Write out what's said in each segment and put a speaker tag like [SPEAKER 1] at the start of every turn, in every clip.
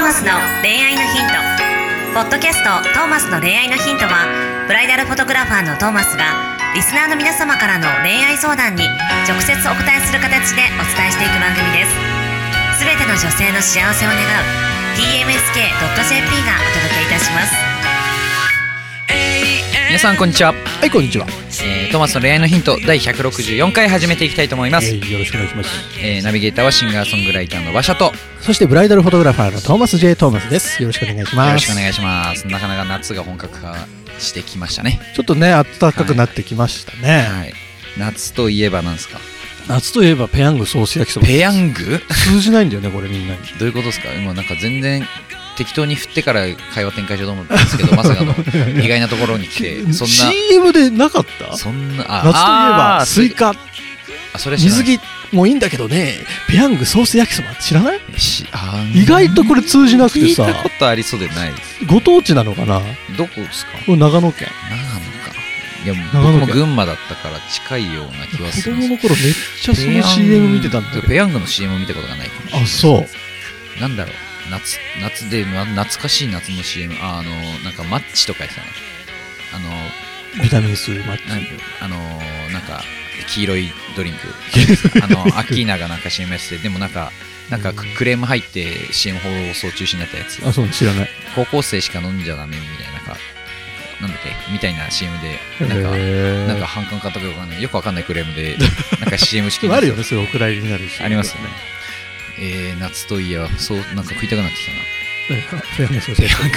[SPEAKER 1] マスの恋愛のヒント」ポッドキャスト「トーマスの恋愛のヒントは」ブライダルフォトグラファーのトーマスがリスナーの皆様からの恋愛相談に直接お答えする形でお伝えしていく番組ですすべての女性の幸せを願う tmsk.jp がお届けいたします
[SPEAKER 2] 皆さんこんにちは、
[SPEAKER 3] はい、こんにちは。
[SPEAKER 2] えートーマスの恋愛のヒント第164回始めていきたいと思います、
[SPEAKER 3] よろしくお願いします。
[SPEAKER 2] えーナビゲーターはシンガーソングライターの馬車とよ
[SPEAKER 3] そして、ブライダルフォトグラファーのトーマス J. トーマスです。よろしくお願いします。
[SPEAKER 2] ろしくお願いしますなかなか夏が本格化してきましたね
[SPEAKER 3] ちょっとね、暖かくなってきましたね。
[SPEAKER 2] はい夏といえばなんですか
[SPEAKER 3] 夏といえば、ペヤングソース焼きそば。
[SPEAKER 2] ペヤング
[SPEAKER 3] 通じないんだよね、これみんなに。
[SPEAKER 2] どういうことですか今なんか全然適当に振ってから会話展開しようと思ったんですけ どまさかの意外なところに来てそん
[SPEAKER 3] CM でなかった
[SPEAKER 2] な
[SPEAKER 3] 夏とい
[SPEAKER 2] そんな
[SPEAKER 3] え
[SPEAKER 2] ああ
[SPEAKER 3] ば、
[SPEAKER 2] ー
[SPEAKER 3] スイカ、
[SPEAKER 2] あそれ知らな
[SPEAKER 3] 水
[SPEAKER 2] い
[SPEAKER 3] 着もいいんだけどね、ペヤングソース焼きそば知らない
[SPEAKER 2] しあー
[SPEAKER 3] 意外とこれ通じなくてさ
[SPEAKER 2] 聞い、たことありそうでない
[SPEAKER 3] ご当地なのかな
[SPEAKER 2] どこですか
[SPEAKER 3] これ長野県。
[SPEAKER 2] 長野かいや
[SPEAKER 3] 長野
[SPEAKER 2] 僕も
[SPEAKER 3] 県
[SPEAKER 2] 群馬だったから近いような気は
[SPEAKER 3] 子
[SPEAKER 2] するんで
[SPEAKER 3] 供
[SPEAKER 2] す
[SPEAKER 3] の頃めっちゃその CM 見てたんだけど。
[SPEAKER 2] ペヤングの CM を見たことがないかもしれない
[SPEAKER 3] あ、そう。
[SPEAKER 2] なんだろう夏夏でな懐かしい夏の CM ああのなんかマッチとかやってたなあの
[SPEAKER 3] ビタミン数マッチ。
[SPEAKER 2] なんあのーなんか黄色いド リンクあのアッキーナがなんか CM やっててでもなんかなんかククレーム入って CM 放送中止になったやつ
[SPEAKER 3] あ、そう、知らない。
[SPEAKER 2] 高校生しか飲んじゃダメみたいななんかなんだっけみたいな CM でなんか
[SPEAKER 3] へー
[SPEAKER 2] なんか反感買ったかよくわかんないよくわかんないクレームでなんか CM 式
[SPEAKER 3] でもあるよね、それお蔵入りになるし。
[SPEAKER 2] ありますよねえー、夏といえばそうなんか食いたくなってきたな
[SPEAKER 3] え。フェヤングソース焼き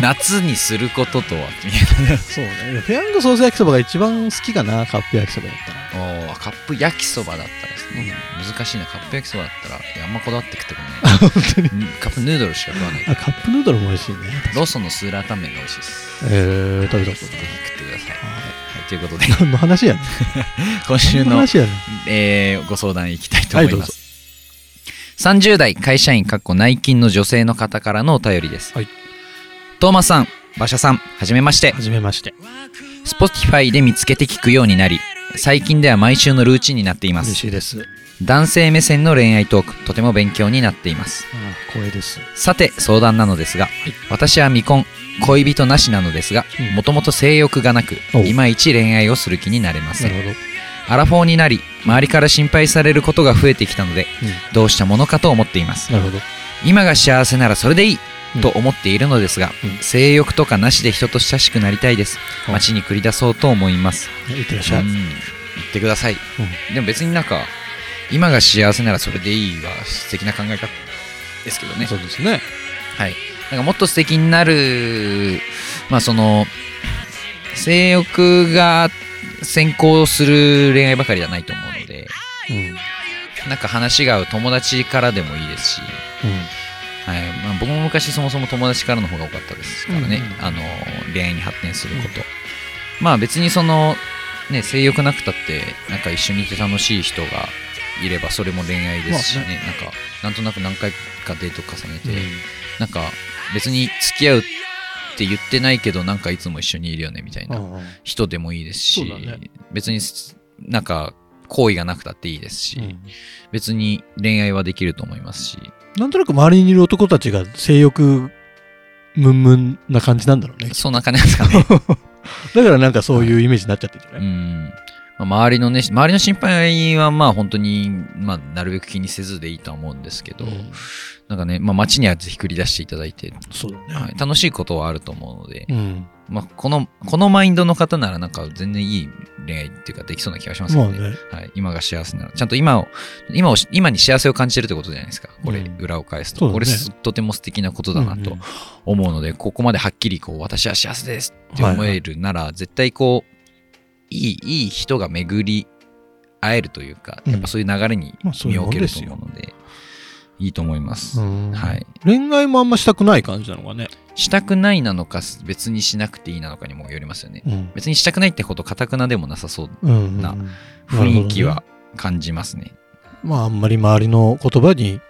[SPEAKER 2] 夏にすることとはみたい
[SPEAKER 3] ば。そうね。フェヤングソース焼きそばが一番好きかな、カップ焼きそばだったら。
[SPEAKER 2] なおーカップ焼きそばだったらですね、難しいなカップ焼きそばだったらいやあんまこだわって食って
[SPEAKER 3] あ、 本当に
[SPEAKER 2] く。んないカップヌードルしか食わない
[SPEAKER 3] あ、カップヌードルも美味しいね。
[SPEAKER 2] ローソンのスーラータンメンが美味しいです
[SPEAKER 3] えー、食べたこと
[SPEAKER 2] ぜ
[SPEAKER 3] な
[SPEAKER 2] ひ食ってください、
[SPEAKER 3] い。
[SPEAKER 2] はい、ということで
[SPEAKER 3] 何の話やねん。
[SPEAKER 2] 今週
[SPEAKER 3] 何
[SPEAKER 2] の
[SPEAKER 3] 話やねん。
[SPEAKER 2] えーご相談いきたいと思い
[SPEAKER 3] はいど
[SPEAKER 2] ま
[SPEAKER 3] うぞ
[SPEAKER 2] す、30代会社員かっこ内勤の女性の方からのお便りです、
[SPEAKER 3] はい
[SPEAKER 2] トーマスさん馬車さんはじめまして
[SPEAKER 3] はじめまして。
[SPEAKER 2] Spotify で見つけて聞くようになり最近では毎週のルーチンになっていま
[SPEAKER 3] 嬉
[SPEAKER 2] す
[SPEAKER 3] しいです。
[SPEAKER 2] 男性目線の恋愛トークとても勉強になっています
[SPEAKER 3] あ光栄です。
[SPEAKER 2] さて相談なのですが、私は未婚恋人なしなのですが
[SPEAKER 3] うん
[SPEAKER 2] もともと性欲がなく
[SPEAKER 3] おう
[SPEAKER 2] いまいち恋愛をする気になれませ
[SPEAKER 3] なんるほど。
[SPEAKER 2] アラフォーになり周りから心配されることが増えてきたので
[SPEAKER 3] う
[SPEAKER 2] どうしたものかと思っています
[SPEAKER 3] ん。なるほど。
[SPEAKER 2] 今が幸せならそれでいい
[SPEAKER 3] うん
[SPEAKER 2] と思っているのですが、
[SPEAKER 3] うん
[SPEAKER 2] 性欲とかなしで人と親しくなりたいです
[SPEAKER 3] うん
[SPEAKER 2] 街に繰り出そうと思います、
[SPEAKER 3] いってらっし
[SPEAKER 2] う
[SPEAKER 3] ゃい。
[SPEAKER 2] ん、
[SPEAKER 3] うん
[SPEAKER 2] 言ってくださいでも別になんか今が幸せならそれでいいは素敵な考え方ですけどね
[SPEAKER 3] そうですね。
[SPEAKER 2] はいなんかもっと素敵になるまあその性欲が先行する恋愛ばかりじゃないと思うので
[SPEAKER 3] うん。うん。
[SPEAKER 2] なんか話が合う友達からでもいいですしはいまあ、僕も昔そもそも友達からの方が多かったですからね、
[SPEAKER 3] うん
[SPEAKER 2] あの恋愛に発展すること、まあ別にその、ね、性欲なくたってなんか一緒にいて楽しい人がいればそれも恋愛ですしね,、
[SPEAKER 3] まあ
[SPEAKER 2] なんかなんとなく何回かデート重ねて、
[SPEAKER 3] うん
[SPEAKER 2] なんか別に付き合うって言ってないけどなんかいつも一緒にいるよねみたいな
[SPEAKER 3] うん
[SPEAKER 2] 人でもいいですし、
[SPEAKER 3] そうだね
[SPEAKER 2] 別にすなんか好意がなくたっていいですし、
[SPEAKER 3] うん
[SPEAKER 2] 別に恋愛はできると思いますし
[SPEAKER 3] なんとなく周りにいる男たちが性欲ムンムンな感じなんだろうね。
[SPEAKER 2] そんな感じなんですかね
[SPEAKER 3] だからなんかそういうイメージになっちゃってるじゃな
[SPEAKER 2] う
[SPEAKER 3] い、
[SPEAKER 2] ん。まあ、周りのね、周りの心配はまあ本当に、まあなるべく気にせずでいいとは思うんですけど、
[SPEAKER 3] うん
[SPEAKER 2] なんかね、まあ街にはぜひ繰り出していただいて、
[SPEAKER 3] そうだね。
[SPEAKER 2] はい、楽しいことはあると思うので、
[SPEAKER 3] うん。
[SPEAKER 2] まあこの、このマインドの方ならなんか全然いい恋愛っていうかできそうな気がしますけ
[SPEAKER 3] ま
[SPEAKER 2] ど
[SPEAKER 3] あ
[SPEAKER 2] ね。
[SPEAKER 3] ね。
[SPEAKER 2] はい、今が幸せなら、ちゃんと今を、今を、今に幸せを感じてるってことじゃないですか。これ、
[SPEAKER 3] うん
[SPEAKER 2] 裏を返す
[SPEAKER 3] そ
[SPEAKER 2] と。
[SPEAKER 3] うだね
[SPEAKER 2] これす、とても素敵なことだなと
[SPEAKER 3] うんうん
[SPEAKER 2] 思うので、ここまではっきり、こう、私は幸せですって思えるなら、絶対こう、いい、いい人が巡り会えるというか、
[SPEAKER 3] うん
[SPEAKER 2] やっぱそういう流れに
[SPEAKER 3] まあそうい
[SPEAKER 2] 身を
[SPEAKER 3] うもん
[SPEAKER 2] 置ける
[SPEAKER 3] で
[SPEAKER 2] と
[SPEAKER 3] すよ
[SPEAKER 2] 思うので、いいと思います。
[SPEAKER 3] うん
[SPEAKER 2] はい。
[SPEAKER 3] 恋愛もあんましたくない感じなのかね。
[SPEAKER 2] したくないなのか、別にしなくていいなのかにもよりますよね。
[SPEAKER 3] うん。
[SPEAKER 2] 別にしたくないってこと、かたくなでもなさそう
[SPEAKER 3] うん、
[SPEAKER 2] な
[SPEAKER 3] うん
[SPEAKER 2] 雰囲気。
[SPEAKER 3] なる
[SPEAKER 2] は感じますね。
[SPEAKER 3] ほどねまああんまり周りの言葉に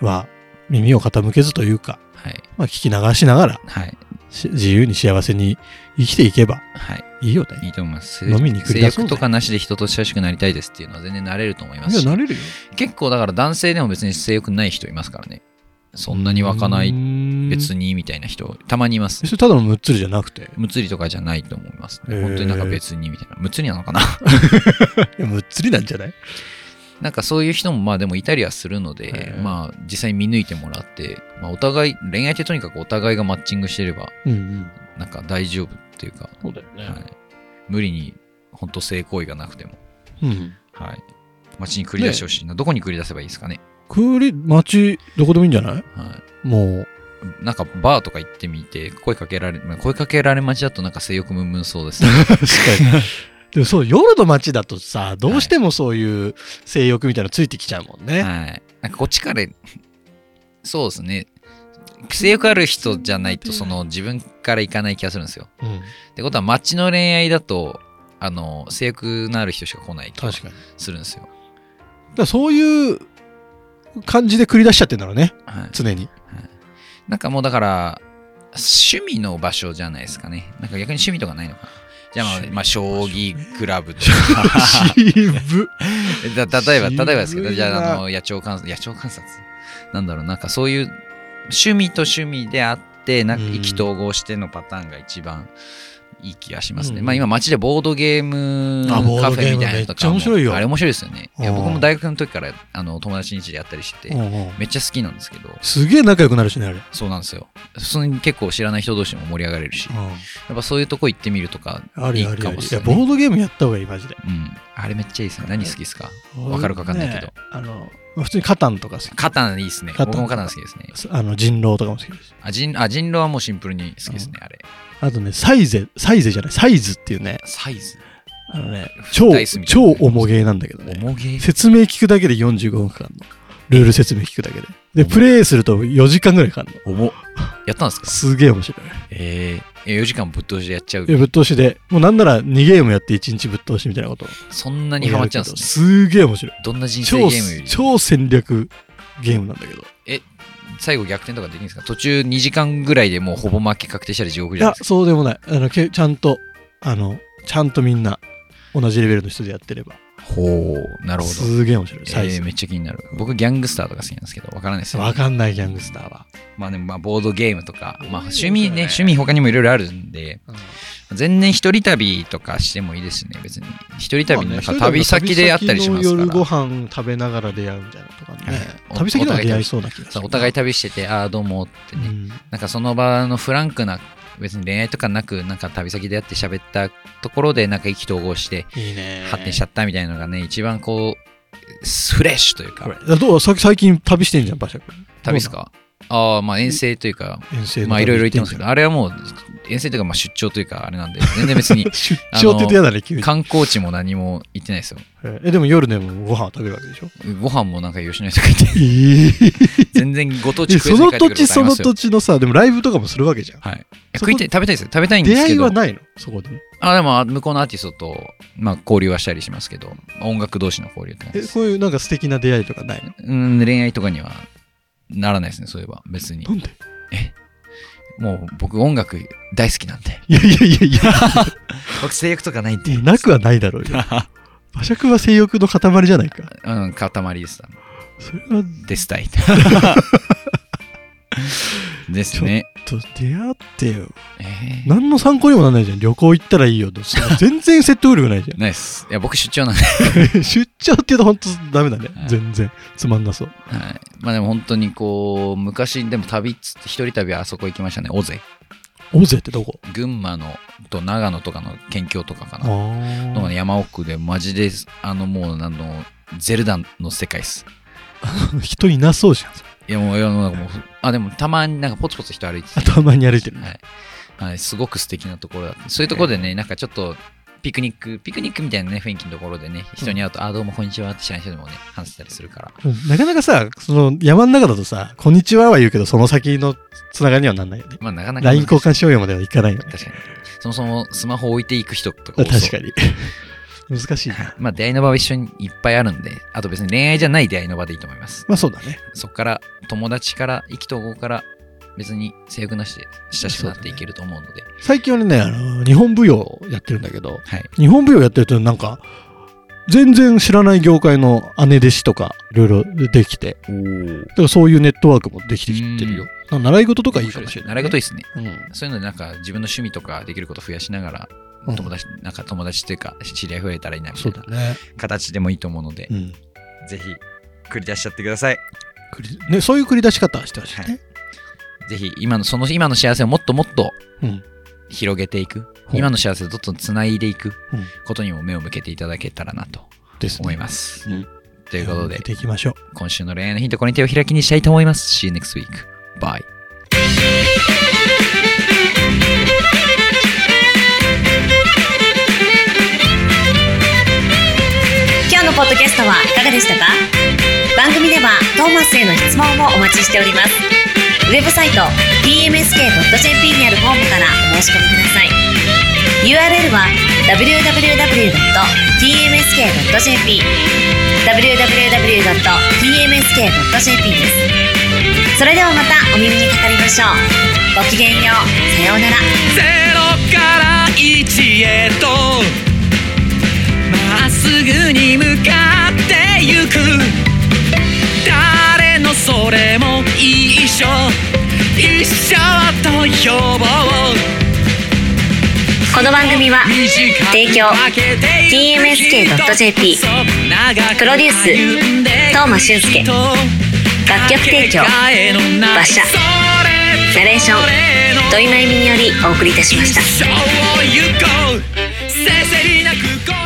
[SPEAKER 3] は耳を傾けずというか、
[SPEAKER 2] はい。
[SPEAKER 3] まあ聞き流しながら
[SPEAKER 2] はい。
[SPEAKER 3] し自由に幸せに生きていけば
[SPEAKER 2] はい。
[SPEAKER 3] いいよ
[SPEAKER 2] い
[SPEAKER 3] ね。
[SPEAKER 2] いと思います。
[SPEAKER 3] 飲みに繰り出そうぜ
[SPEAKER 2] 性欲とかなしで人と親しくなりたいですっていうのは全然なれると思いま
[SPEAKER 3] い
[SPEAKER 2] す
[SPEAKER 3] や、
[SPEAKER 2] し
[SPEAKER 3] なれるよ。
[SPEAKER 2] 結構だから男性でも別に性欲ない人いますからね。そんなに湧かない、別
[SPEAKER 3] に。
[SPEAKER 2] にみたいな人、たまにいます
[SPEAKER 3] え。それただのむっつりじゃなくて。
[SPEAKER 2] むつりとかじゃないと思います、
[SPEAKER 3] へ
[SPEAKER 2] ね。
[SPEAKER 3] ー
[SPEAKER 2] 本当になんか別にみたいな。むつりなのかな
[SPEAKER 3] いやむっつりなんじゃない
[SPEAKER 2] なんかそういう人もまあでもいたりはするので
[SPEAKER 3] へ、ー
[SPEAKER 2] まあ実際見抜いてもらって、まあお互い、恋愛ってとにかくお互いがマッチングしてれば、
[SPEAKER 3] うんうん。
[SPEAKER 2] なんか大丈夫っていうか、
[SPEAKER 3] そうだよね
[SPEAKER 2] はい、無理に本当性行為がなくても、
[SPEAKER 3] うん。
[SPEAKER 2] はい、街に繰り出してほしいな、どこに繰り出せばいいですかね、
[SPEAKER 3] 栗、町、どこでもいいんじゃない
[SPEAKER 2] は
[SPEAKER 3] もう。
[SPEAKER 2] い、なんかバーとか行ってみて声かけられまあ声かけられ待ちだとなんか性欲ムンムンそうですね
[SPEAKER 3] 確か に。でもそう、夜の街だとさ、どうしてもそういう性欲みたいなのついてきちゃうもんね。
[SPEAKER 2] はい、なんかこっちからそうですね性欲ある人じゃないとその自分から行かない気がするんですよ
[SPEAKER 3] うん。
[SPEAKER 2] ってことは街の恋愛だとあの性欲のある人しか来ない気が
[SPEAKER 3] 確かに。だか
[SPEAKER 2] するんですよ、
[SPEAKER 3] らそういう感じで繰り出しちゃってんだろうね。
[SPEAKER 2] はい、
[SPEAKER 3] 常 に。
[SPEAKER 2] なんかもうだから、趣味の場所じゃないですかね。なんか逆に趣味とかないのかな。じゃあまあ、まあ、将棋クラブとか。
[SPEAKER 3] 渋
[SPEAKER 2] だ例えば、
[SPEAKER 3] 渋いな
[SPEAKER 2] 例えばですけど、じゃあ、あの、野鳥観察、野鳥観察なんだろう、なんかそういう趣味と趣味であって、なんか
[SPEAKER 3] うん
[SPEAKER 2] 意気投合してのパターンが一番いい気がしますね。
[SPEAKER 3] うん
[SPEAKER 2] まあ今街でボードゲーム
[SPEAKER 3] あボー
[SPEAKER 2] カ
[SPEAKER 3] ド
[SPEAKER 2] フ
[SPEAKER 3] ゲー
[SPEAKER 2] ェ
[SPEAKER 3] ム
[SPEAKER 2] みたいなのと
[SPEAKER 3] めっちゃ
[SPEAKER 2] かも。
[SPEAKER 3] 面白いよ
[SPEAKER 2] あれ面白いですよね。いや
[SPEAKER 3] うん
[SPEAKER 2] 僕も大学の時からあの友達に家でやったりしてて、
[SPEAKER 3] うんうん
[SPEAKER 2] めっちゃ好きなんですけど、
[SPEAKER 3] すげえ仲良くなるしね、あれ。
[SPEAKER 2] そうなんですよ。普通に結構知らない人同士も盛り上がれるし、やっぱそういうとこ行ってみるとか
[SPEAKER 3] あ
[SPEAKER 2] い
[SPEAKER 3] る
[SPEAKER 2] い
[SPEAKER 3] ある
[SPEAKER 2] か
[SPEAKER 3] ある。
[SPEAKER 2] も
[SPEAKER 3] い
[SPEAKER 2] し
[SPEAKER 3] や、
[SPEAKER 2] れない。
[SPEAKER 3] ボードゲームやった方がいい、マジで。
[SPEAKER 2] うん、あれめっちゃいいですね。何好きですかわかるかわかんないけど
[SPEAKER 3] ね。あの、普通にカタンとか好き。
[SPEAKER 2] カタンいいですね。
[SPEAKER 3] カタン
[SPEAKER 2] 僕もカタン好きですね。
[SPEAKER 3] あの、人狼とかも好きだし。
[SPEAKER 2] あ、人あ人狼はもうシンプルに好きですね、あれ。
[SPEAKER 3] あとね、サイゼ、サイゼじゃない、サイズっていうね、
[SPEAKER 2] サイズ
[SPEAKER 3] あのね、超
[SPEAKER 2] ダイスみ、たいな
[SPEAKER 3] 超重ゲーなんだけどね。
[SPEAKER 2] 重げ
[SPEAKER 3] 説明聞くだけで45分かかんの。ルール説明聞くだけで。で、プレイすると4時間ぐらいかかんの。
[SPEAKER 2] 重っやったんですか
[SPEAKER 3] すげえ面白い。
[SPEAKER 2] ええ4時間ぶっ通しでやっちゃう
[SPEAKER 3] い。や、ぶっ通しで。もうなんなら2ゲームやって1日ぶっ通しみたいなこと。
[SPEAKER 2] そんなにハマっちゃうんですね。
[SPEAKER 3] すげえ面白い。
[SPEAKER 2] どんな人生ゲ
[SPEAKER 3] 超
[SPEAKER 2] ームよ、り。
[SPEAKER 3] 超戦略ゲームなんだけど。
[SPEAKER 2] 最後逆転とかできるんですか途中2時間ぐらいでもうほぼ負け確定したり地獄
[SPEAKER 3] い
[SPEAKER 2] じゃない
[SPEAKER 3] や
[SPEAKER 2] で、すか。
[SPEAKER 3] そうでもない。あの、けちゃんと、あの、ちゃんとみんな同じレベルの人でやってれば。
[SPEAKER 2] ほう、なるほど。
[SPEAKER 3] すげえ面白い。サイ
[SPEAKER 2] え
[SPEAKER 3] ズ
[SPEAKER 2] ー。めっちゃ気になる。僕、ギャングスターとか好きなんですけど、わからないですよ。
[SPEAKER 3] わかんないギャングスターは。
[SPEAKER 2] まあでも、まあ、ボードゲームとか、まあ、趣味
[SPEAKER 3] そうだ
[SPEAKER 2] ね、
[SPEAKER 3] ね
[SPEAKER 2] 趣味他にもいろいろあるんで、全然一人旅とかしてもいいですね、別に。一人旅の、なんか旅先であったりしますから。
[SPEAKER 3] 旅先の夜ご飯食べながら出会うみたいなとかね。
[SPEAKER 2] はい
[SPEAKER 3] 旅先では出会いそうな気がす
[SPEAKER 2] そう
[SPEAKER 3] る。
[SPEAKER 2] お互い
[SPEAKER 3] い、
[SPEAKER 2] 旅してて、ああ、どうもってね、
[SPEAKER 3] うん
[SPEAKER 2] なんかその場のフランクな、別に恋愛とかなく、なんか旅先でやって喋ったところで、なんか意気投合して、
[SPEAKER 3] いいね。
[SPEAKER 2] 発展しちゃったみたいなのがね、一番こう、フレッシュというか、
[SPEAKER 3] これどうさ最近旅してんじゃん、馬車君。
[SPEAKER 2] 旅ですかああ、まあ遠征というか、
[SPEAKER 3] 遠征の旅
[SPEAKER 2] まあいろいろ言ってますけど、
[SPEAKER 3] 行
[SPEAKER 2] あれはもう遠征というかまあ出張というかあれなんで、全然別に
[SPEAKER 3] ってんじゃん出張って言うと嫌だね、急に。
[SPEAKER 2] 観光地も何も行ってないですよ。
[SPEAKER 3] え、でも夜でもご飯は食べるわ けでしょ
[SPEAKER 2] ご飯もなんか吉野家とか行って、全然ご当地
[SPEAKER 3] え
[SPEAKER 2] 食え
[SPEAKER 3] そ
[SPEAKER 2] て
[SPEAKER 3] の
[SPEAKER 2] 帰って
[SPEAKER 3] 土
[SPEAKER 2] くる
[SPEAKER 3] 地
[SPEAKER 2] ことあ
[SPEAKER 3] そ
[SPEAKER 2] りま
[SPEAKER 3] の
[SPEAKER 2] すよ
[SPEAKER 3] 土。地のさ、でもライブとかもするわけじゃん。
[SPEAKER 2] はい。いや
[SPEAKER 3] そ
[SPEAKER 2] 食
[SPEAKER 3] こ
[SPEAKER 2] いたい、食べたいですよ。食べたいんで
[SPEAKER 3] 出
[SPEAKER 2] す
[SPEAKER 3] 会
[SPEAKER 2] け
[SPEAKER 3] い
[SPEAKER 2] ど
[SPEAKER 3] は、ないのそこで。
[SPEAKER 2] あでもあ向こうのアーティストと、まあ、交流はしたりしますけど、音楽同士の交流って感じ
[SPEAKER 3] え、
[SPEAKER 2] です。
[SPEAKER 3] こういうなんか素敵な出会いとかないの
[SPEAKER 2] うん、恋愛とかにはならないですね、そういえば。別に
[SPEAKER 3] な。んで
[SPEAKER 2] もう僕音楽大好きなん で。
[SPEAKER 3] いやいやいやいや。
[SPEAKER 2] 僕性欲とかないん
[SPEAKER 3] いやなくはないだろうよ。 馬車君は性欲の塊じゃないか。
[SPEAKER 2] うん、塊です。
[SPEAKER 3] それは
[SPEAKER 2] ですたい。 です
[SPEAKER 3] ちょ
[SPEAKER 2] ね。
[SPEAKER 3] と出会ってよ。
[SPEAKER 2] えー
[SPEAKER 3] 何の参考にもならないじゃん。旅行行ったらいいよと。その全然説得力ないじ
[SPEAKER 2] ないです。いや、僕出張なんで。
[SPEAKER 3] ゃん。 出張って言うと本当ダメだね
[SPEAKER 2] はい。
[SPEAKER 3] 全然。つまんなそう。
[SPEAKER 2] はい。まあでも本当にこう、昔でも旅っつって、一人旅はあそこ行きましたね。尾瀬。
[SPEAKER 3] 大勢ってどこ
[SPEAKER 2] 群馬のと長野とかの県境とかかな。
[SPEAKER 3] あ
[SPEAKER 2] の
[SPEAKER 3] あ。
[SPEAKER 2] 山奥で、マジで、あのもう、あの、ゼルダの世界っす。
[SPEAKER 3] 人いなそうじゃん。
[SPEAKER 2] いやもう、いやもうなんかもう、あ、でもたまになんかポツポツ人歩いてて。
[SPEAKER 3] 頭に歩いてるね。
[SPEAKER 2] はい。はい、すごく素敵なところだった。そういうところでね、なんかちょっと、ピクニック、ピクニックみたいなね、雰囲気のところでね、人に会うと、あ、どうもこんにちはって知らない人でもね、話せたりするから。
[SPEAKER 3] なかなかさ、その山の中だとさ、こんにちはは言うけど、その先のつながりにはなんないよね。
[SPEAKER 2] まあ、なかなか。
[SPEAKER 3] LINE 交換しようよまではいかないよね。
[SPEAKER 2] 確かに。そもそもスマホ置いていく人とか多そう
[SPEAKER 3] 確かに。難しいな。
[SPEAKER 2] まあ、出会いの場は一緒にいっぱいあるんで、あと別に恋愛じゃない出会いの場でいいと思います。
[SPEAKER 3] まあそうだね。
[SPEAKER 2] そこから、友達から、意気投合から、別に制約なしで親しくなっていけると思うので、
[SPEAKER 3] 最近俺ね、あの、日本舞踊やってるんだけど、
[SPEAKER 2] はい。
[SPEAKER 3] 日本舞踊やってるとなんか全然知らない業界の姉弟子とかいろいろできて
[SPEAKER 2] おー
[SPEAKER 3] だからそういうネットワークもできてきてるよなんか習い事とかいいかもしれない、
[SPEAKER 2] 習い事い
[SPEAKER 3] い
[SPEAKER 2] いっすね。
[SPEAKER 3] うん、
[SPEAKER 2] そういうのでなんか自分の趣味とかできること増やしながら
[SPEAKER 3] うん
[SPEAKER 2] 友達、なんか友達というか知り合い増えたらいいなみた
[SPEAKER 3] そ
[SPEAKER 2] いう
[SPEAKER 3] だ
[SPEAKER 2] な
[SPEAKER 3] ね、
[SPEAKER 2] 形でもいいと思うので
[SPEAKER 3] う、ん
[SPEAKER 2] ぜひ繰り出しちゃってください。
[SPEAKER 3] 繰りね、そういう繰り出し方してほしいね、
[SPEAKER 2] ぜひ今のその今の幸せをもっともっと
[SPEAKER 3] うん、
[SPEAKER 2] 広げていく、
[SPEAKER 3] ほう
[SPEAKER 2] 今の幸せをどんどんつないでいく
[SPEAKER 3] うん
[SPEAKER 2] ことにも目を向けていただけたらなと
[SPEAKER 3] ですね
[SPEAKER 2] 思います。
[SPEAKER 3] うん
[SPEAKER 2] ということで
[SPEAKER 3] やっ、ていきましょう
[SPEAKER 2] 今週の恋愛のヒント、これに手を開きにしたいと思います。See you next week. Bye.
[SPEAKER 1] 「今日のポッドキャストはいかがでしたか番組ではトーマスへの質問もお待ちしておりますウェブサイト tmsk.jp にあるフォームからお申し込みください URL は www.tmsk.jp www.tmsk.jp ですそれではまたお耳にかかりましょうごきげんようさようなら
[SPEAKER 4] ゼロから一へとまっすぐに向かってゆく誰のそれも一緒一緒と呼ぼう
[SPEAKER 1] この番組は提供 TMSK.jp プロデュー
[SPEAKER 4] ス
[SPEAKER 1] 東間俊介楽曲提供馬車ナレーション土井真由美によりお送りいたしました
[SPEAKER 4] 一生を行こうせせりなく心